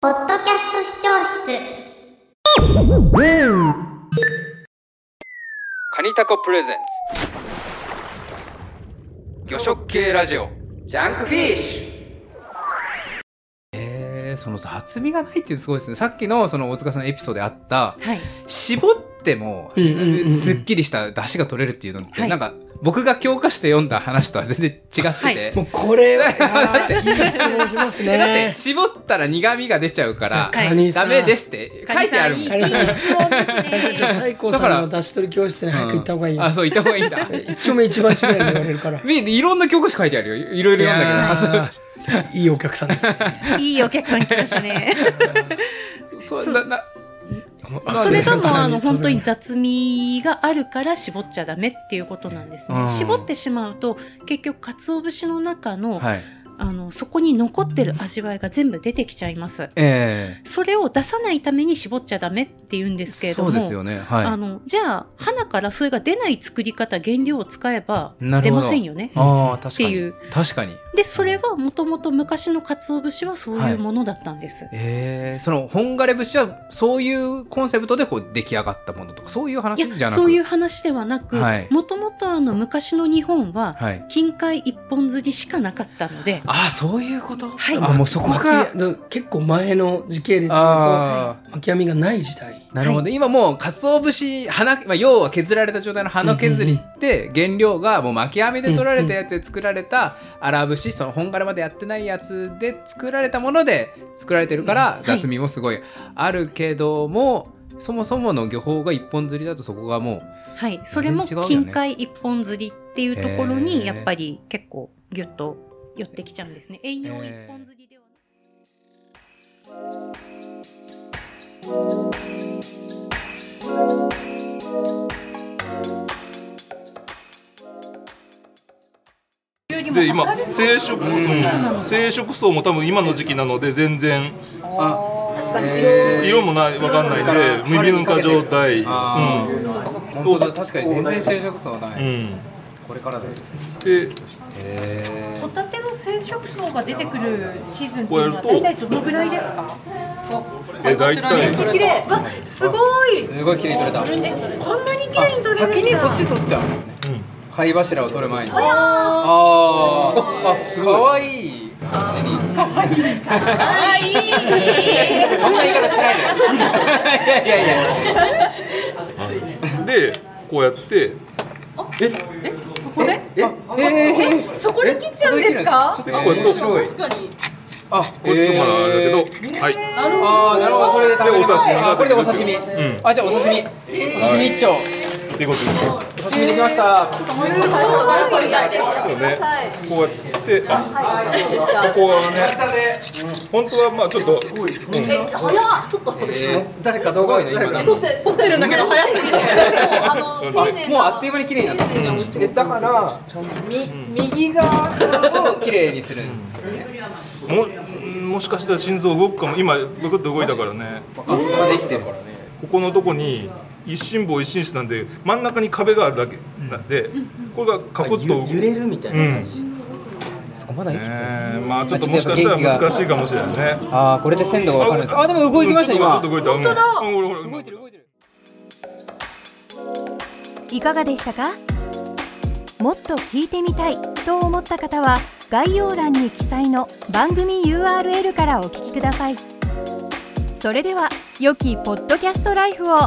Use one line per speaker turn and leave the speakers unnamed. ポッドキャスト視聴室
カニタコプレゼンツ魚食系ラジオジャンクフィッシュえー、その雑味がないっていうのすごいですねさっきのその大塚さんのエピソードであった
はい。
絞っても
うんうんうんうん
すっきりした出汁が取れるっていうのって、
はい
なんか僕が教科書で読んだ話とは全然違ってて、
はい
もうこれはいい質問します
えだって
ね。
絞ったら苦味が出ちゃうから、
はい
カニさ
ダ
ん
メですって書いてあるもん
カニさんいい
質問です
じゃあ
ね。
太閤
だか
さん
ら
の出し取り教室に早く行った方がいい。
あそういった方がいいん だ
一丁目一番近いに言われるから。
みいろんな教科書書いてあるよいろいろ読んだけどあそう
いいお客さんですね。
いいお客さん来ましたね。
そう
そう
なな
それと
さす
も、
が
あの、本当に
さ
雑味があるから絞っちゃダメっていうことなんです
うん
ね。絞ってしまうと、結局、鰹節の中の、
はい
あの、そこに残ってる味わいが全部出てきちゃいます。
え
それを出さないために絞っちゃダメって言うんで
え
すけれど
そ
も、
うですよねはい
あの、じゃあ、花からそれが出ない作り方、原料を使えば、
なる
出
ほど
ませんよね。
ああ確か
っ
に
ていう
確かに
で、それはもともと昔の鰹節はそういうものだったんです。
ええその本枯れ節はそういうコンセプトでこう出来上がったものとかそういう話じ
い
ゃなく
やそういう話ではなく
はい
もともとあの昔の日本は
はい
近海一本釣りしかなかったので
ああそういうこと
はい
あもうそこが
巻きだ結構前の時系列だ
ああ
と巻き網がない時代。
なるほど、今もう鰹節花、まあ、要は削られた状態の花削りって原料がもう巻き網で取られたやつで作られた荒節その本柄までやってないやつで作られたもので作られてるから
い
雑味もすごいあるけども、そもそもの漁法が一本釣りだとそこがもう
はい、それも
全然違うよね
近海一本釣りっていうところ
へー
にやっぱり結構ギュッと寄ってきちゃうんですね遠洋一本釣りではなく
で今生殖、うん生殖層も多分今の時期なので全然
確かに色
色もないわかんないん
春
で
に
未分化状態
あ
うん
本当だ確かに全然就職層な
う
い、
ん
これからです
で
ホタテの生殖層が出てくるシーズンっていうのは
こうやると
大体どのぐらいですか？
え大
めっち
体
ゃ綺麗。わ、すごい。
すごい綺麗に取れた
えこんなに綺麗に取れるんだ。
先にそっち取っちゃうんですね
うん
貝柱を取る前にあーあすごいかわいい感じにそんな言い方しないでいやいやいや
でこうやって
そこで？
えー
そこで切っちゃうんですか？
えー面白い
確かに。
あ
こっちのものなんだけど、
えー
はい
あーなるほどそれで食べれます
でお刺身
あこれでお刺身、
うん
あじゃあお刺身、お刺身一丁
っていうことですよ
お刺身できました
ねこうやってあここはね本当はまあちょっと
えー、誰かすごいね今なんかも
撮ってるんだけど早 すぎて。もうあの丁寧
うあっという間に綺麗になったでだからみ右側を綺麗にするんです
ももしかしたら心臓動くかも今ブクッと動いたからね
あそこができてるからね
ここのとこに一心棒一心室なんで真ん中に壁があるだけなんで、これがカクッと揺れるみたいな感じ、
そこまだ生きてる
えーまあちょっともしかしたら難しいかもしれないね
ああこれで鮮度が分かるんだあでも動いてました今
ちょっと動いた本当だ、うん、ほらほら動いてる
動いてる
いかがでしたかもっと聞いてみたいと思った方は概要欄に記載の番組 URL からお聞きくださいそれでは良きポッドキャストライフを